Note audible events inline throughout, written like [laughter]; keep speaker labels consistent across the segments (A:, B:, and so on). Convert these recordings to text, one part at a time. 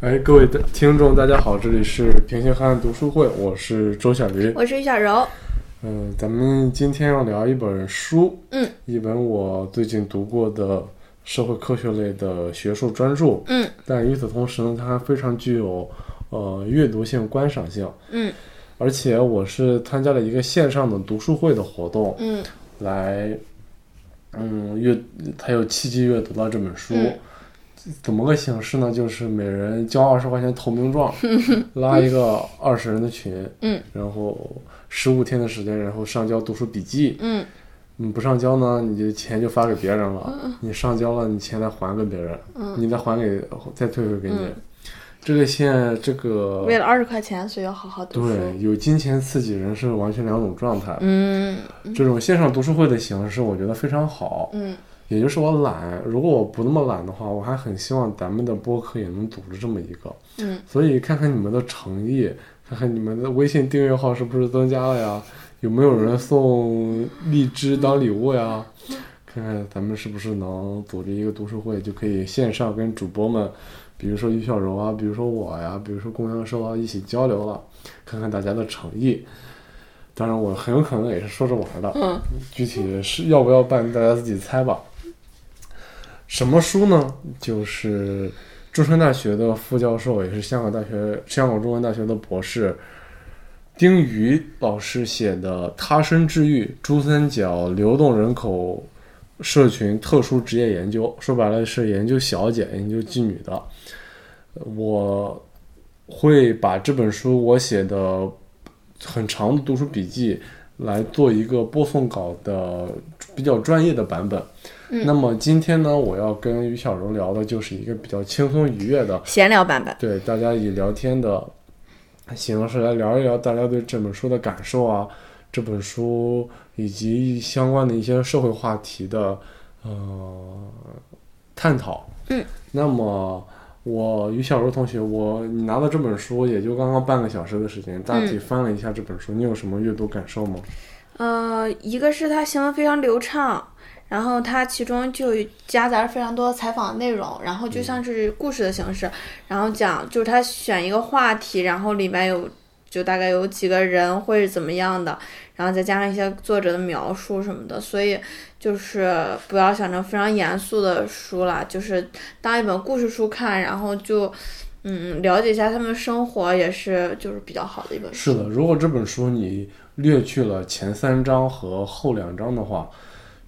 A: 哎，各位的听众，大家好，这里是平行汉读书会，我是周小驴。
B: 我是于小柔，
A: 嗯、咱们今天要聊一本书，
B: 嗯，
A: 一本我最近读过的社会科学类的学术专著，
B: 嗯，
A: 但与此同时呢，它非常具有呃阅读性、观赏性，
B: 嗯，
A: 而且我是参加了一个线上的读书会的活动，
B: 嗯
A: 来，嗯，阅，他有契机阅读到这本书。
B: 嗯
A: 怎么个形式呢？就是每人交二十块钱投名
B: [laughs]
A: 状，拉一个二十人的群，
B: 嗯，
A: 然后十五天的时间，然后上交读书笔记。
B: 嗯
A: 你不上交呢，你的钱就发给别人了；
B: 嗯
A: 你上交了，你钱再还给别人，你再还给再退回给你。这个线，这个
B: 嗯为了二十块钱，所以要好好读
A: 呃对
B: 书。
A: 有金钱刺激人是完全两种状态。
B: 嗯
A: 这种线上读书会的形式，我觉得非常好。
B: 嗯
A: 也就是我懒，如果我不那么懒的话，我还很希望咱们的播客也能组织这么一个。
B: 嗯
A: 所以看看你们的诚意，看看你们的微信订阅号是不是增加了呀？有没有人送荔枝当礼物呀？看看咱们是不是能组织一个读书会，就可以线上跟主播们，比如说于小柔啊，比如说我呀，比如说供销社啊，一起交流了，看看大家的诚意。当然，我很有可能也是说着玩儿的，
B: 嗯
A: 具体是要不要办，大家自己猜吧。什么书呢？就是中山大学的副教授，也是香港大学香港中文大学的博士丁瑜老师写的《他生治愈：珠三角流动人口社群特殊职业研究》，说白了是研究小姐、研究妓女的。我会把这本书我写的很长的读书笔记来做一个播送稿的比较专业的版本。
B: 嗯
A: 那么今天呢，我要跟于小柔聊的就是一个比较轻松愉悦的，
B: 闲聊版本。
A: 对大家以聊天的形式来聊一聊大家对这本书的感受啊，这本书以及相关的一些社会话题的呃探讨。
B: 嗯，
A: 那么。我于小柔同学，我你拿到这本书也就刚刚半个小时的时间，大体翻了一下这本书，你有什么阅读感受吗？
B: 呃，一个是它行文非常流畅，然后它其中就夹杂着非常多采访内容，然后就像是故事的形式，然后讲就是他选一个话题，然后里面有就大概有几个人会是怎么样的，然后再加上一些作者的描述什么的，所以就是不要想着非常严肃的书啦，就是当一本故事书看，然后就。嗯，了解一下他们生活也是，就是比较好的一本书。
A: 是的，如果这本书你略去了前三章和后两章的话，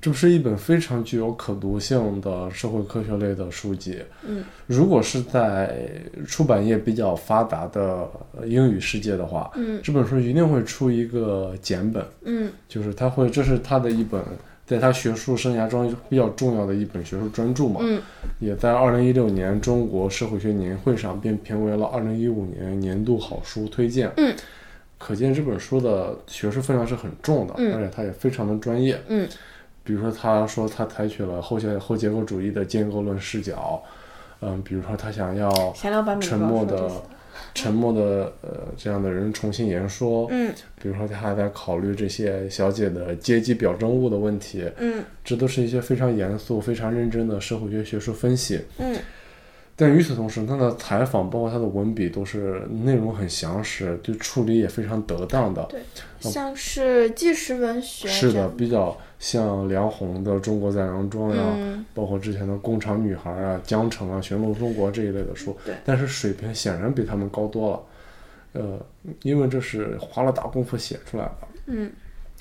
A: 这是一本非常具有可读性的社会科学类的书籍。
B: 嗯，
A: 如果是在出版业比较发达的呃英语世界的话，
B: 嗯
A: 这本书一定会出一个简本，
B: 嗯
A: 就是他会，这是他的一本。在他学术生涯中比较重要的一本学术专著嘛，
B: 嗯
A: 也在二零一六年中国社会学年会上被评为了二零一五年年度好书推荐。
B: 嗯，
A: 可见这本书的学术分量是很重的，
B: 嗯
A: 而且它也非常的专业。
B: 嗯
A: 比如说，他说他采取了后结后结构主义的建构论视角，嗯，比如说他想要
B: 闲聊版本
A: 沉
B: 主要
A: 默
B: 说这
A: 的
B: 些
A: 沉默的呃这样的人重新言说，
B: 嗯
A: 比如说他还在考虑这些小姐的阶级表征物的问题，
B: 嗯
A: 这都是一些非常严肃、非常认真的社会学学术分析。
B: 嗯
A: 但与此同时，他的采访包括他的文笔都是内容很详实，对处理也非常得当的。
B: 对像是啊纪实文学
A: 是
B: 这
A: 的，
B: 样，
A: 比较像梁红的《中国在佯装》呀、
B: 嗯，
A: 包括之前的《工厂女孩》啊、《江城》啊、《寻路中国》这一类的书
B: 对，
A: 但是水平显然比他们高多了。呃，因为这是花了大功夫写出来的，
B: 嗯，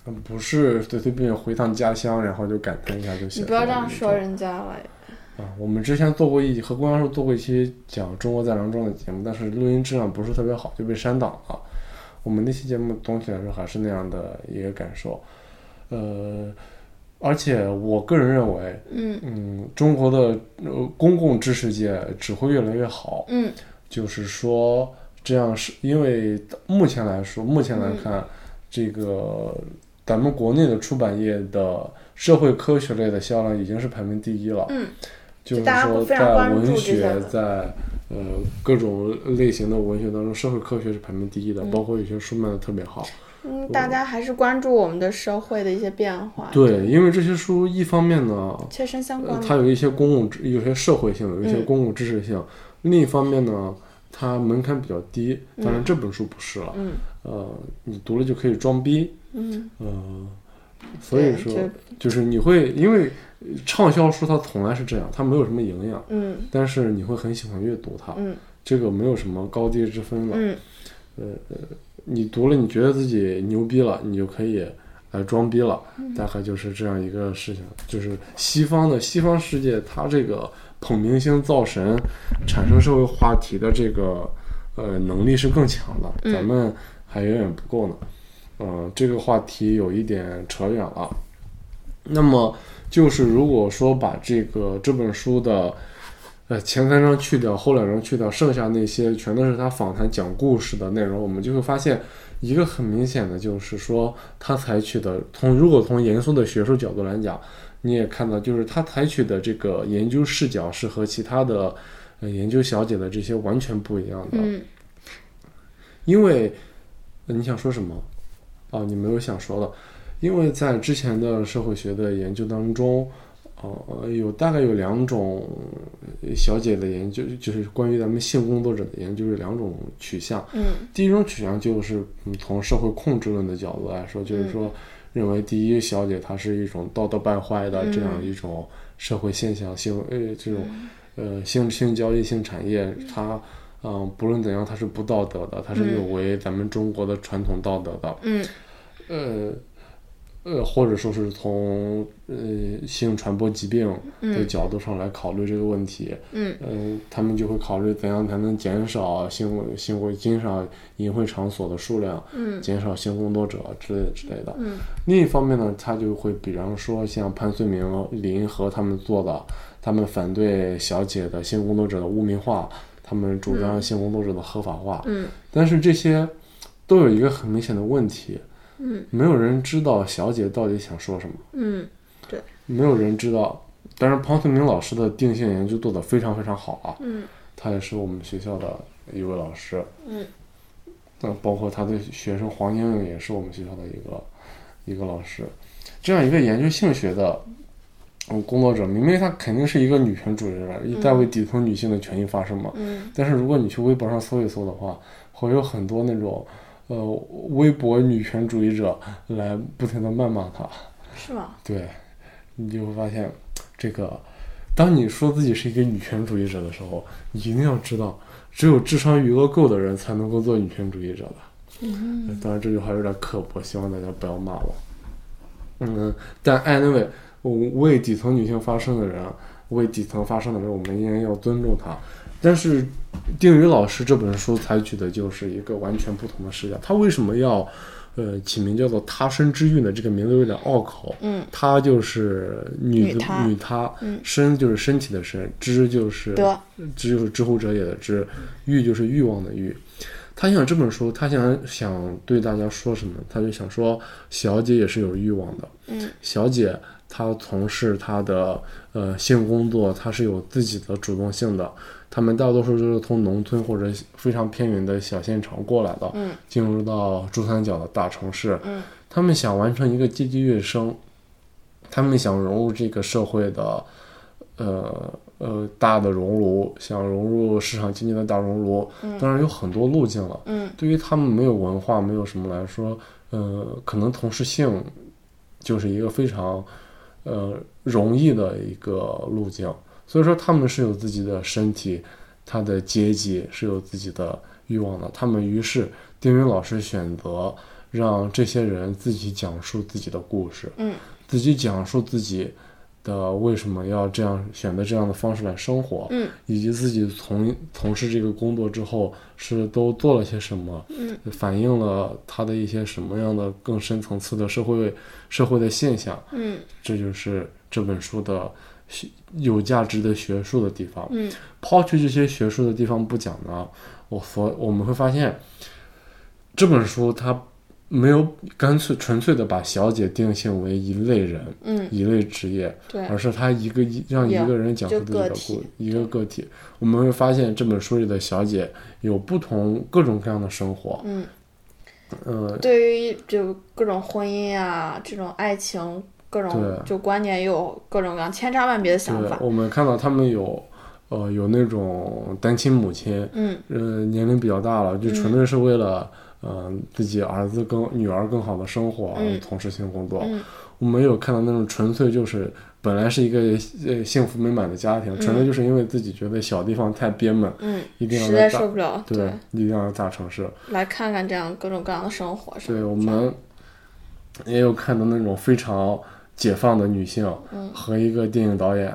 A: 嗯不是随随便便回趟家乡，然后就感叹一下就写出
B: 你不
A: 来
B: 要
A: 的
B: 这样
A: 那
B: 说
A: 种
B: 人家了，
A: 啊，我们之前做过一和公交社做过一期讲中国在囊中的节目，但是录音质量不是特别好，就被删档了。我们那期节目总体来说还是那样的一个感受，呃，而且我个人认为，
B: 嗯
A: 嗯，中国的呃公共知识界只会越来越好，
B: 嗯
A: 就是说这样是因为目前来说，目前来
B: 嗯
A: 看，这个咱们国内的出版业的社会科学类的销量已经是排名第一了。
B: 嗯，
A: 就
B: 就是大家
A: 说，
B: 非常
A: 在
B: 关注
A: 文
B: 这
A: 学
B: 些，
A: 在呃各种类型的文学当中，社会科学是排名第一的，
B: 嗯
A: 包括有些书卖的特别好。
B: 嗯，大家还是关注我们的社会的一些变化，，
A: 对，因为这些书一方面呢，
B: 切身相
A: 呃
B: 关，
A: 它
B: 嘛，
A: 有一些公共知，有些社会性，有一些
B: 嗯
A: 公共知识性；另一方面呢，它门槛比较低。当然这本书不是了，
B: 嗯
A: 呃，你读了就可以装逼，
B: 嗯，
A: 嗯，所以
B: 对
A: 说
B: 就
A: 就是你会因为畅销书它从来是这样，它没有什么营养，
B: 嗯
A: 但是你会很喜欢阅读它，
B: 嗯
A: 这个没有什么高低之分的。
B: 嗯
A: 你读了，你觉得自己牛逼了，你就可以来装逼了，
B: 嗯
A: 大概就是这样一个事情。就是西方的西方世界，它这个捧明星造神、产生社会话题的这个呃能力是更强的，
B: 嗯
A: 咱们还远远不够呢。嗯、这个话题有一点扯远了。那么就是如果说把这个这本书的。呃，前三章去掉，后两章去掉，剩下那些全都是他访谈讲故事的内容。我们就会发现，一个很明显的就是说，他采取的从如果从严肃的学术角度来讲，你也看到，就是他采取的这个研究视角是和其他的、呃、研究小姐的这些完全不一样的。
B: 嗯，
A: 因为、呃你想说什么？哦，你没有想说的，因为在之前的社会学的研究当中，呃，有大概有两种呃小姐的研究，就是关于咱们性工作者的研究有两种取向。
B: 嗯
A: 第一种取向就是嗯从社会控制论的角度来说，
B: 嗯
A: 就是说认为第一小姐她是一种道德败坏的、
B: 嗯
A: 这样一种社会现象，性呃这种呃性性交易、性产业，它嗯、呃不论怎样它是不道德的，它是有违咱们中国的传统道德的，
B: 嗯
A: 呃呃或者说是从呃性传播疾病的
B: 嗯
A: 角度上来考虑这个问题。
B: 嗯
A: 嗯，他们就会考虑怎样才能减少性为性为减少淫秽场所的数量，
B: 嗯
A: 减少性工作者之类之类的。
B: 嗯
A: 另一方面呢，他就会比方说像潘绥铭、李银河他们做的，他们反对小姐的性工作者的污名化，他们主张性工作者的合法化。
B: 嗯
A: 但是这些都有一个很明显的问题，
B: 嗯
A: 没有人知道小姐到底想说什么。
B: 嗯
A: 没有人知道。但是庞绥铭老师的定性研究做得非常非常好啊，
B: 嗯
A: 他也是我们学校的一位老师，
B: 嗯
A: 那包括他的学生黄英颖也是我们学校的一个一个老师。这样一个研究性学的嗯工作者，明明他肯定是一个女权主义者，一在为底层女性的权益发声嘛。
B: 嗯
A: 但是如果你去微博上搜一搜的话，会有很多那种呃微博女权主义者来不停的谩骂他。
B: 是吗？
A: 对，你就会发现，这个，当你说自己是一个女权主义者的时候，你一定要知道，只有智商余额够的人才能够做女权主义者的。
B: 嗯
A: 当然这句话有点刻薄，希望大家不要骂我。嗯，但 anyway，我为底层女性发声的人，为底层发声的人，我们依然要尊重他。但是，丁宇老师这本书采取的就是一个完全不同的视角。他为什么要，呃，起名叫做“他生之欲”呢？这个名字有点拗口。
B: 嗯
A: 她就是女
B: 女她
A: 的女她，
B: 嗯
A: 身就是身体的身，知就是
B: 得
A: 知就是知乎者也的知，欲就是欲望的欲。她想这本书，她想想对大家说什么？她就想说，小姐也是有欲望的。
B: 嗯
A: 小姐她从事她的呃性工作，她是有自己的主动性的。她们大多数都是从农村或者非常偏远的小县城过来的，
B: 嗯
A: 进入到珠三角的大城市。
B: 嗯
A: 他们想完成一个阶级跃升，他们想融入这个社会的，呃呃大的熔炉，想融入市场经济的大熔炉。
B: 嗯
A: 当然有很多路径了。
B: 嗯
A: 对于他们没有文化、没有什么来说，呃，可能同时性就是一个非常呃容易的一个路径。所以说，他们是有自己的身体，他的阶级是有自己的欲望的。他们于是，丁云老师选择让这些人自己讲述自己的故事，
B: 嗯
A: 自己讲述自己的为什么要这样选择这样的方式来生活，
B: 嗯
A: 以及自己从从事这个工作之后是都做了些什么，
B: 嗯
A: 反映了他的一些什么样的更深层次的社会社会的现象。
B: 嗯
A: 这就是这本书的学有价值的学术的地方。
B: 嗯
A: 抛去这些学术的地方不讲呢，我所我们会发现，这本书它没有干脆纯粹的把小姐定性为一类人、
B: 嗯，
A: 一类职业，
B: 对，
A: 而是他一个一让一个人讲述自己的
B: 嗯就个
A: 故
B: 体
A: 一个个体，我们会发现这本书里的小姐有不同各种各样的生活，
B: 嗯。
A: 呃，
B: 对于就各种婚姻啊，这种爱情，各种
A: 对
B: 就观念也有各种各样千差万别的想
A: 对
B: 法，。
A: 我们看到他们有。呃，有那种单亲母亲，
B: 嗯
A: 呃，年龄比较大了，就纯粹是为了，呃，自己儿子更女儿更好的生活，
B: 嗯
A: 从事性工作。
B: 嗯
A: 我没有看到那种纯粹就是本来是一个呃幸福美满的家庭，纯粹就是因为自己觉得小地方太憋闷，
B: 嗯，
A: 一定要
B: 实在
A: 大
B: 受不了，
A: 对，一定要大城市。
B: 来看看这样各种各样的生活是吧？
A: 对我们也有看到那种非常解放的女性
B: 嗯
A: 和一个电影导演，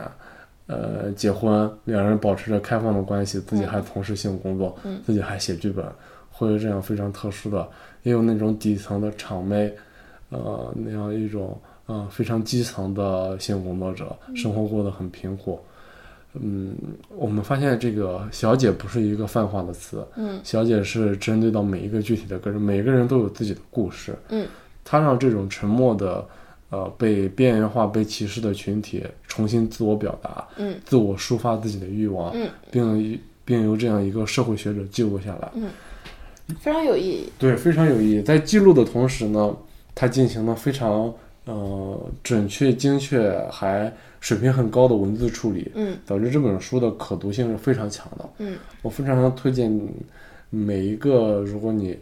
A: 呃，结婚，两人保持着开放的关系，自己还从事性工作，
B: 嗯
A: 自己还写剧本，会有这样非常特殊的，也有那种底层的厂妹，呃，那样一种嗯、呃非常基层的性工作者，
B: 嗯
A: 生活过得很贫苦。嗯，我们发现这个“小姐”不是一个泛化的词，
B: 嗯
A: 小姐是针对到每一个具体的个人，每个人都有自己的故事。
B: 嗯，
A: 她让这种沉默的、呃被边缘化、被歧视的群体重新自我表达、
B: 嗯
A: 自我抒发自己的欲望，
B: 嗯
A: 并并由这样一个社会学者记录下来。
B: 嗯非常有意义。
A: 对，非常有意义。在记录的同时呢，他进行了非常呃准确、精确，还水平很高的文字处理，
B: 嗯
A: 导致这本书的可读性是非常强的。
B: 嗯
A: 我非常推荐每一个，如果你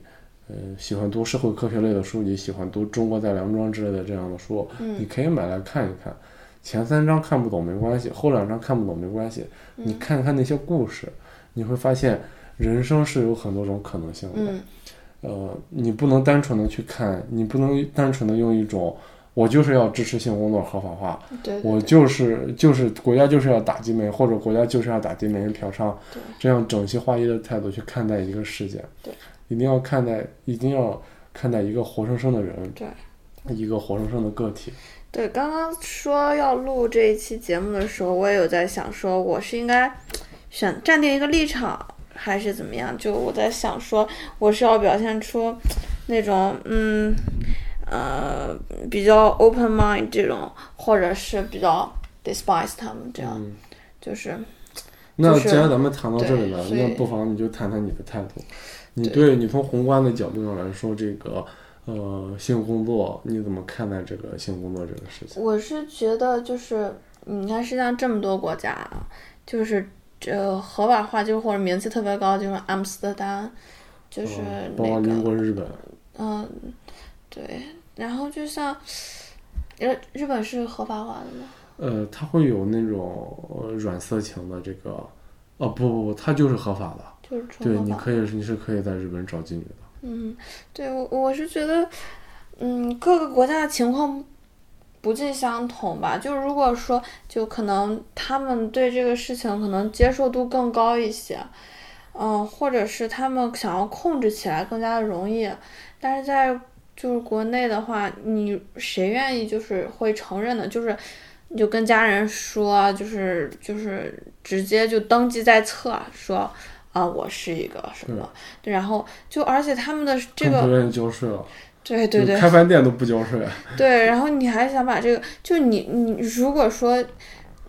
A: 呃喜欢读社会科学类的书，你喜欢读《中国在梁庄》之类的这样的书，你
B: 嗯
A: 可以买来看一看。前三章看不懂没关系，后两章看不懂没关系，你
B: 嗯
A: 看看那些故事，你会发现人生是有很多种可能性的。
B: 嗯
A: 呃，你不能单纯的去看，你不能单纯的用一种我就是要支持性工作合法化，
B: 对，对
A: 我
B: 对
A: 就是就是国家就是要打击美，或者国家就是要打击美人嫖娼
B: 对，
A: 这样整齐划一的态度去看待一个事件，
B: 对，
A: 一定要看待，一定要看待一个活生生的人，
B: 对，
A: 一个活生生的个体，
B: 对，刚刚说要录这一期节目的时候，我也有在想，说我是应该选站定一个立场，还是怎么样？就我在想，说我是要表现出那种嗯呃比较 open mind 这种，或者是比较 despise 他们这样，
A: 嗯。
B: 就是
A: 那
B: 就是
A: 既然咱们谈到这里了，
B: 对所以
A: 那不妨你就谈谈你的态度。你
B: 对
A: 对你从宏观的角度上来说，这个呃性工作你怎么看待这个性工作这个事情？
B: 我是觉得就是你看世界上这么多国家啊，就是这合法化就是或者名气特别高，就是阿姆斯特丹，就是
A: 嗯包括
B: 那个。
A: 英国、日本，
B: 嗯，对，然后就像，日日本是合法化的吗？
A: 呃，它会有那种呃软色情的这个，哦不不不，它就是合法的。
B: 就是纯
A: 对，
B: 合
A: 你
B: 法。
A: 可以你是可以在日本找妓女的。
B: 嗯，对我我是觉得，嗯，各个国家的情况不尽相同吧。就如果说，就可能他们对这个事情可能接受度更高一些，嗯，或者是他们想要控制起来更加的容易。但是在就是国内的话，你谁愿意就是会承认的，就是你就跟家人说，就是就是直接就登记在册说。啊，我是一个什么？对然后就而且他们的这
A: 更不
B: 个，
A: 愿意交税了，
B: 对对
A: 就
B: 对，
A: 开饭店都不交
B: [laughs]
A: 税。
B: 对，然后你还想把这个，就你你如果说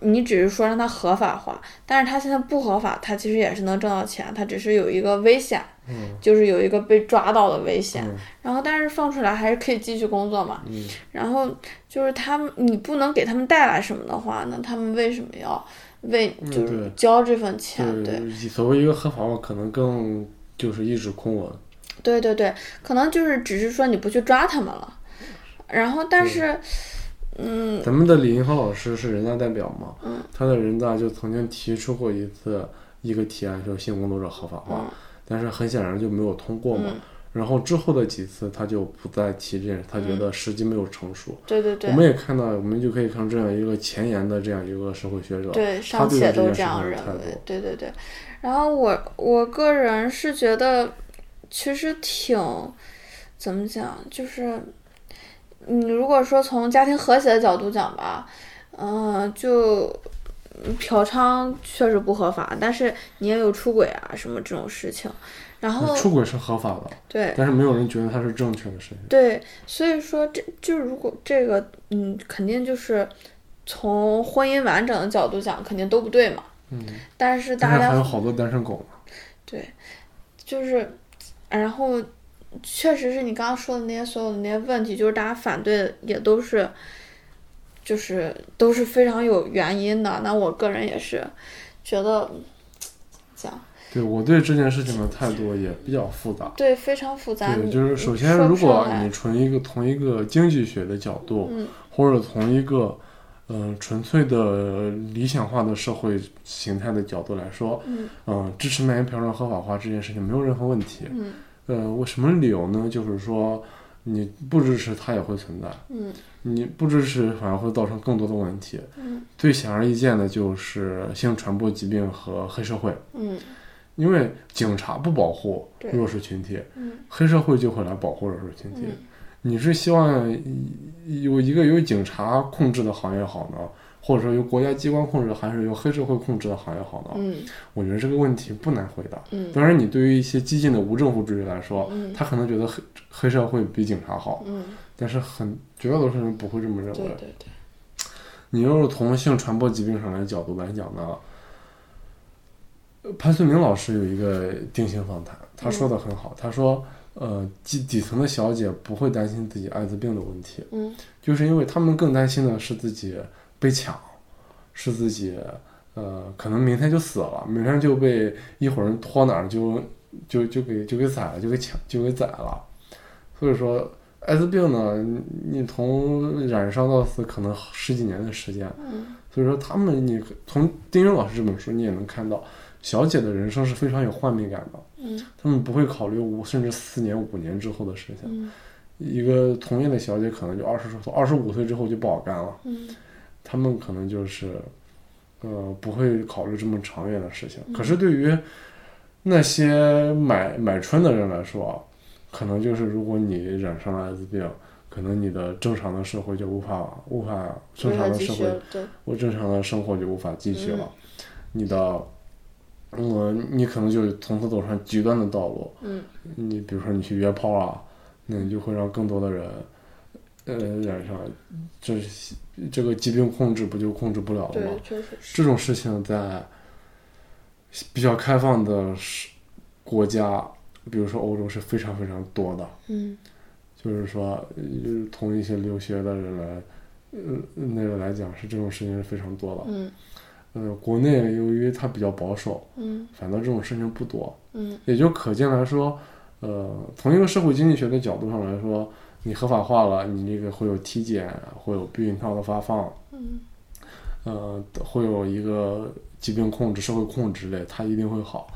B: 你只是说让它合法化，但是它现在不合法，它其实也是能挣到钱，它只是有一个危险，
A: 嗯
B: 就是有一个被抓到的危险。
A: 嗯
B: 然后但是放出来还是可以继续工作嘛。
A: 嗯
B: 然后就是他们，你不能给他们带来什么的话，那他们为什么要为
A: 嗯
B: 就是
A: 对
B: 交这份钱？对
A: 对，所谓一个合法化，可能更就是一纸空文。
B: 对对对，可能就是只是说你不去抓他们了。然后但是，嗯
A: 咱们的李银河老师是人大代表嘛，
B: 嗯
A: 他在人大就曾经提出过一次一个提案，就是性工作者合法化，
B: 嗯
A: 但是很显然就没有通过嘛。
B: 嗯，
A: 然后之后的几次他就不再提这件事，他觉得时机没有成熟。
B: 对对对
A: 我。们也看到，我们就可以看到这样一个前沿的这样一个社会学者，
B: 对，
A: 他
B: 尚
A: 对
B: 且
A: 这
B: 都
A: 件
B: 这
A: 事
B: 样
A: 情的
B: 认
A: 态
B: 为
A: 度，
B: 对对对。然后我我个人是觉得，其实挺怎么讲，就是你如果说从家庭和谐的角度讲吧，嗯、就嗯嫖娼确实不合法，但是你也有出轨啊什么这种事情，然后
A: 出轨是合法的，
B: 对
A: 但是没有人觉得它是正确的事情。
B: 对，所以说这就如果这个嗯，肯定就是从婚姻完整的角度讲，肯定都不对嘛。
A: 嗯，
B: 但是
A: 但
B: 大
A: 是还
B: 家
A: 有好多单身狗呢。
B: 就是，然后确实是你刚刚说的那些所有的那些问题，就是大家反对的也都是，就是都是非常有原因的。那我个人也是，觉得嗯怎么讲
A: 对我对这件事情的态度也比较复杂。
B: 对非常复杂。
A: 对，
B: 你
A: 就是首先，
B: 说不
A: 如
B: 上
A: 果
B: 来
A: 你从一个从一个经济学的角度，
B: 嗯
A: 或者从一个嗯、呃纯粹的呃理想化的社会形态的角度来说，
B: 嗯
A: 嗯、支持卖淫嫖娼合法化这件事情没有任何问题。
B: 嗯
A: 呃，我什么理由呢？就是说你不支持它也会存在，
B: 嗯
A: 你不支持反而会造成更多的问题。
B: 嗯
A: 最显而易见的就是性传播疾病和黑社会，
B: 嗯
A: 因为警察不保护
B: 对
A: 弱势群体，
B: 嗯
A: 黑社会就会来保护弱势群体。
B: 嗯
A: 你是希望有一个由警察控制的行业好呢，或者说由国家机关控制，还是由黑社会控制的行业好呢？
B: 嗯
A: 我觉得这个问题不难回答。
B: 嗯
A: 当然，你对于一些激进的无政府主义来说，
B: 嗯
A: 他可能觉得黑黑社会比警察好，
B: 嗯，
A: 但是很绝大多数人不会这么认
B: 对
A: 为
B: 对。对，
A: 你要是从性传播疾病上来角度来讲呢，呃潘绥铭老师有一个定性访谈，他说的很好，他说，呃，底底层的小姐不会担心自己艾滋病的问题，
B: 嗯
A: 就是因为他们更担心的是自己被抢，是自己呃可能明天就死了，明天就被一伙人拖哪儿就就就给就给宰了，就给抢就给宰了。所以说，艾滋病呢，你你从染上到死可能十几年的时间，
B: 嗯
A: 所以说他们你从丁丁老师这本书你也能看到，小姐的人生是非常有画面感的，
B: 嗯
A: 他们不会考虑五甚至四年五年之后的事情。
B: 嗯
A: 一个同业的小姐可能就二十出头，二十五岁之后就不好干了。
B: 嗯
A: 他们可能就是，呃，不会考虑这么长远的事情。
B: 嗯
A: 可是对于那些买买春的人来说啊，可能就是如果你染上了艾滋病，可能你的正常的社会就无法无法正常的
B: 继
A: 社
B: 续
A: 会
B: 对，
A: 我正常的生活就无法继续了。你的，嗯，你可能就从此走上极端的道路。
B: 嗯
A: 你比如说你去约炮啊，那你就会让更多的人，呃，染上，这是这个疾病控制不就控制不了了吗
B: 对，？确实是，
A: 这种事情在比较开放的是国家，比如说欧洲是非常非常多的。
B: 嗯
A: 就是说，呃就是同一些留学的人来，呃，那个来讲是这种事情是非常多的。
B: 嗯
A: 呃，国内由于它比较保守，
B: 嗯
A: 反倒这种事情不多，
B: 嗯
A: 也就可见来说，呃，从一个社会经济学的角度上来说，你合法化了，你这个会有体检，会有避孕套的发放，
B: 嗯
A: 呃，会有一个疾病控制、社会控制类，它一定会好。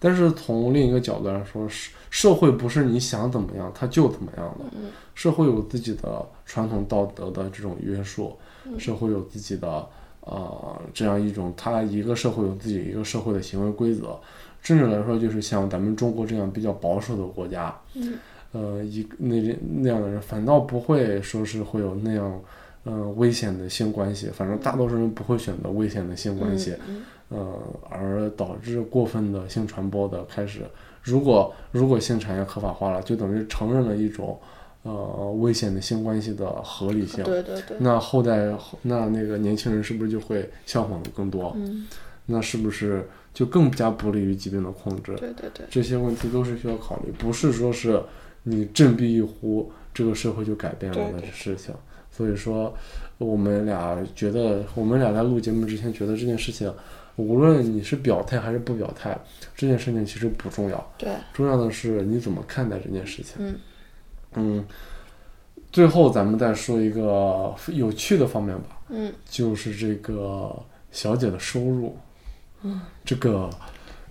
A: 但是从另一个角度来说，社社会不是你想怎么样它就怎么样的，
B: 嗯
A: 社会有自己的传统道德的这种约束，
B: 嗯
A: 社会有自己的呃这样一种，它一个社会有自己一个社会的行为规则，甚至来说就是像咱们中国这样比较保守的国家，
B: 嗯
A: 呃，一个那那样的人反倒不会说是会有那样。嗯，危险的性关系，反正大多数人不会选择危险的性关系，
B: 嗯
A: 呃，而导致过分的性传播的开始。如果如果性产业合法化了，就等于承认了一种呃危险的性关系的合理性。
B: 对对对，
A: 那后代那那个年轻人是不是就会向往的更多？
B: 嗯
A: 那是不是就更加不利于疾病的控制？
B: 对对对，
A: 这些问题都是需要考虑，不是说是你振臂一呼，这个社会就改变了
B: 对
A: 的
B: 对
A: 事情。所以说，我们俩觉得，我们俩在录节目之前觉得这件事情，无论你是表态还是不表态，这件事情其实不重要，
B: 对，
A: 重要的是你怎么看待这件事情。
B: 嗯
A: 嗯，最后咱们再说一个有趣的方面吧。
B: 嗯
A: 就是这个小姐的收入，
B: 嗯
A: 这个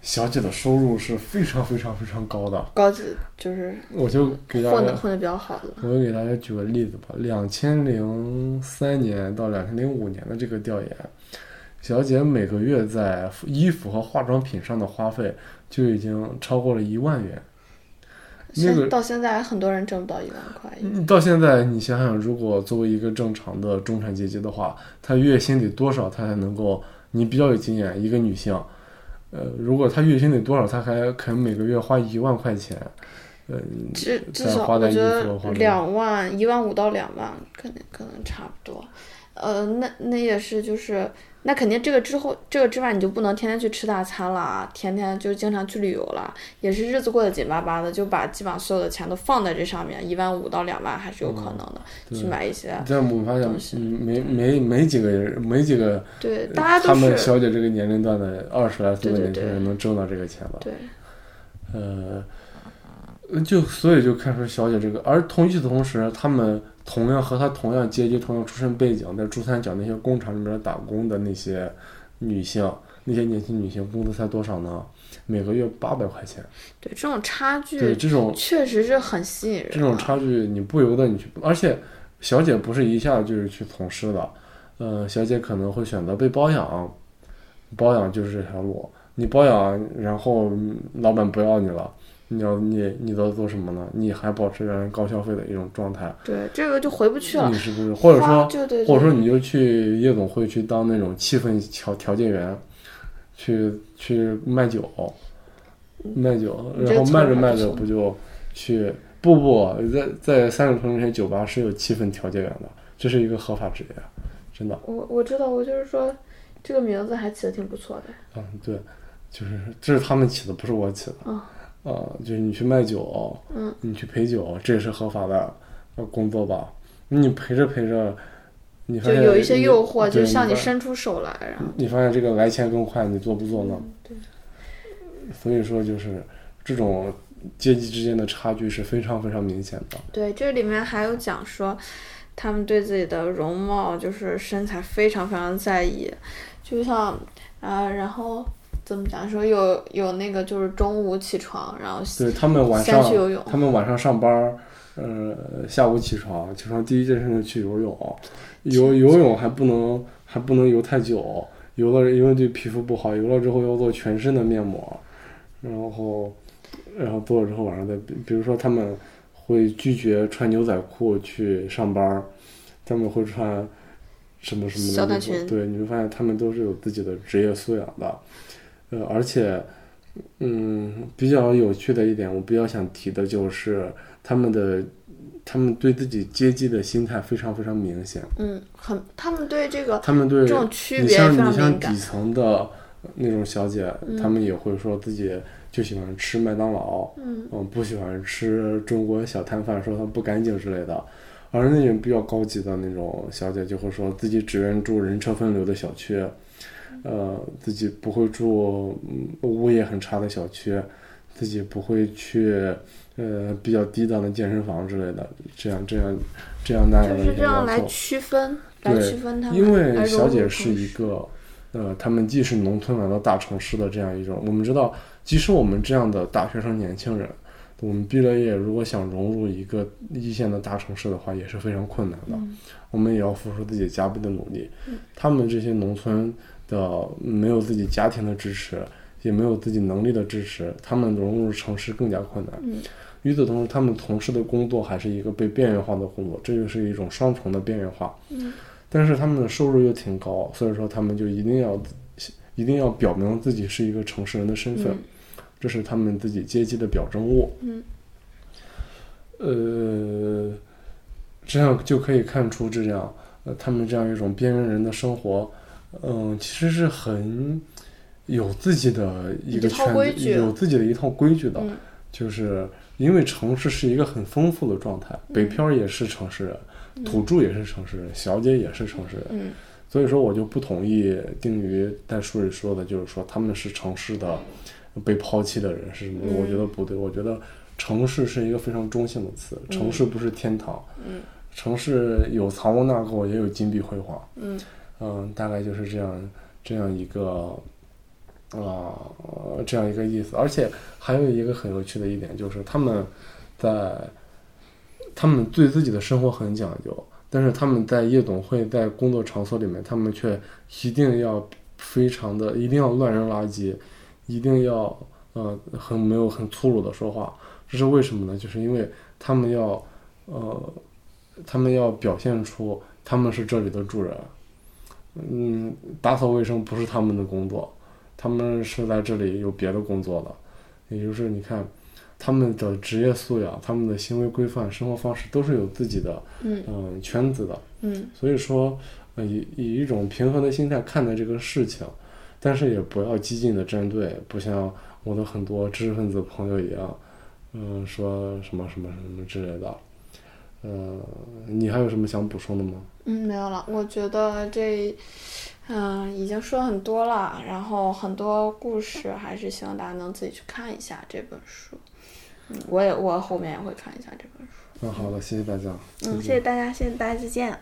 A: 小姐的收入是非常非常非常高的。
B: 高级就是
A: 我就给大
B: 混的
A: 家，
B: 混的比较好的，
A: 我就给大家举个例子吧。两千零三年到两千零五年的这个调研，小姐每个月在衣服和化妆品上的花费就已经超过了一万元。那个
B: 现到现在还很多人挣不到一万块，
A: 你到现在，你想想，如果作为一个正常的中产阶级的话，她月薪得多少，她才能够？你比较有经验，一个女性，呃，如果她月薪得多少，她还肯每个月花一万块钱，呃，
B: 至至
A: 在
B: 少
A: 花
B: 我
A: 在
B: 觉
A: 衣服
B: 得
A: 和化妆
B: 两万一万五到两万，可能可能差不多。呃，那那也是就是。那肯定，这个之后，这个之外，你就不能天天去吃大餐了啊，天天就经常去旅游了，也是日子过得紧巴巴的，就把基本上所有的钱都放在这上面，一万五到两万还是有可能的，
A: 嗯对
B: 去买一些。
A: 但我发现
B: 东西
A: 嗯没没没几个人，没几个
B: 对，大家
A: 他
B: 都
A: 们
B: 是
A: 小姐这个年龄段的二十来岁的
B: 对对
A: 年轻
B: 对
A: 人能挣到这个钱吧？
B: 对，
A: 呃，就所以就看出小姐这个，而同与此同时，他们同样和她同样阶级、同样出身背景，在珠三角那些工厂里面打工的那些女性，那些年轻女性，工资才多少呢？每个月八百块钱。
B: 对，这种差
A: 对，这
B: 距
A: 种
B: 确实是很吸引人啊。
A: 这种差距，你不由得你去，而且小姐不是一下就是去从事的，呃，小姐可能会选择被包养，包养就是这条路。你包养，然后嗯老板不要你了，你要你你都做什么呢？你还保持着高消费的一种状态，
B: 对，这个就回不去了
A: 你。是不是？嗯或者
B: 花
A: 说，
B: 就对，
A: 或者
B: 对
A: 说你就去夜总会去当那种气氛调调节员，去去卖酒，卖酒，
B: 嗯你这
A: 然后
B: 个
A: 卖着
B: 词儿还
A: 卖
B: 不
A: 着
B: 错
A: 不就去不不在在三里屯那些酒吧是有气氛调节员的，这是一个合法职业，真的。
B: 我我知道，我就是说，这个名字还起的挺不错的。
A: 嗯，对，就是这是他们起的，不是我起的。
B: 嗯
A: 呃，就是你去卖酒，
B: 嗯，
A: 你去陪酒，这也是合法的呃工作吧？你陪着陪着，你发
B: 就
A: 现
B: 有一些
A: 你
B: 诱惑，就
A: 对
B: 向你
A: 发
B: 伸出手来，然后
A: 你发现这个来钱更快，你做不做呢？
B: 对
A: 所以说，就是这种阶级之间的差距是非常非常明显的。
B: 对，这里面还有讲说，他们对自己的容貌就是身材非常非常在意，就像啊、然后怎么讲说有有那个就是中午起床，然后
A: 对他们晚
B: 先
A: 上
B: 去，游泳，
A: 他们晚上上班儿，呃，下午起床，起床第一件事情去游泳，游游泳还不能还不能游太久，游了因为对皮肤不好，游了之后要做全身的面膜，然后然后做了之后晚上再，比比如说他们会拒绝穿牛仔裤去上班儿，他们会穿什么什么的
B: 小短
A: 衣服
B: 裙
A: 对，你会发现他们都是有自己的职业素养的，呃，而且。嗯，比较有趣的一点，我比较想提的就是他们的，他们对自己阶级的心态非常非常明显。
B: 嗯，很他们对这个
A: 他们对
B: 这种区
A: 你
B: 别
A: 像
B: 非常
A: 你像
B: 敏
A: 底
B: 感，
A: 层的那种小姐，
B: 嗯
A: 他们也会说自己就喜欢吃麦当劳，
B: 嗯，
A: 嗯，不喜欢吃中国小摊贩，说它不干净之类的。而那种比较高级的那种小姐，就会说自己只愿住人车分流的小区，
B: 嗯
A: 呃，自己不会住嗯物业很差的小区，自己不会去呃比较低档的健身房之类的，这样这样这样那样
B: 就
A: 的
B: 是
A: 一
B: 这
A: 个
B: 样
A: 要
B: 来
A: 求。
B: 区分来
A: 对
B: 区分他们，
A: 因为
B: 来融
A: 小
B: 入
A: 姐
B: 同
A: 是一
B: 事
A: 个，呃，他们既是农村来到大城市的这样一种，我们知道，即使我们这样的大学生年轻人，我们毕了业，如果想融入一个一线的大城市的话，也是非常困难的。
B: 嗯
A: 我们也要付出自己加倍的努力。他们这些农村的没有自己家庭的支持，也没有自己能力的支持，他们融入城市更加困难。
B: 嗯
A: 与此同时，他们从事的工作还是一个被边缘化的工作，这就是一种双重的边缘化。
B: 嗯
A: 但是他们的收入又挺高，所以说他们就一定要一定要表明自己是一个城市人的身份，
B: 嗯
A: 这是他们自己阶级的表征物。
B: 嗯
A: 呃，这样就可以看出这样呃他们这样一种边缘人的生活，嗯、其实是很有自己的一个
B: 一套
A: 圈
B: 规
A: 子，
B: 矩
A: 有自己的一套规矩的，
B: 嗯
A: 就是因为城市是一个很丰富的状态，北漂儿也是城市人，
B: 嗯
A: 土著也是城市人，小姐也是城市人。
B: 嗯
A: 所以说，我就不同意定于在书里说的，就是说他们是城市的被抛弃的人是什么？
B: 嗯
A: 我觉得不对，我觉得城市是一个非常中性的词，
B: 嗯
A: 城市不是天堂，
B: 嗯
A: 城市有藏污纳垢，也有金碧辉煌。
B: 嗯
A: 嗯，大概就是这样这样一个啊、呃这样一个意思。而且还有一个很有趣的一点就是，他们在他们对自己的生活很讲究，但是他们在夜总会、在工作场所里面，他们却一定要非常的，一定要乱扔垃圾，一定要呃很没有很粗鲁的说话。这是为什么呢？就是因为他们要呃，他们要表现出他们是这里的主人。嗯，打扫卫生不是他们的工作，他们是在这里有别的工作的。也就是你看，他们的职业素养、他们的行为规范、生活方式都是有自己的
B: 嗯
A: 嗯、呃圈子的。
B: 嗯
A: 所以说，呃以以一种平衡的心态看待这个事情，但是也不要激进的站队，不像我的很多知识分子朋友一样，嗯、说什么什么什么之类的。呃，你还有什么想补充的吗？
B: 嗯，没有了。我觉得这，嗯、已经说很多了，然后很多故事，还是希望大家能自己去看一下这本书。嗯，我也我后面也会看一下这本书。
A: 嗯，好的，谢谢大家。再
B: 嗯，
A: 见
B: 谢谢大家，谢谢大家，再见。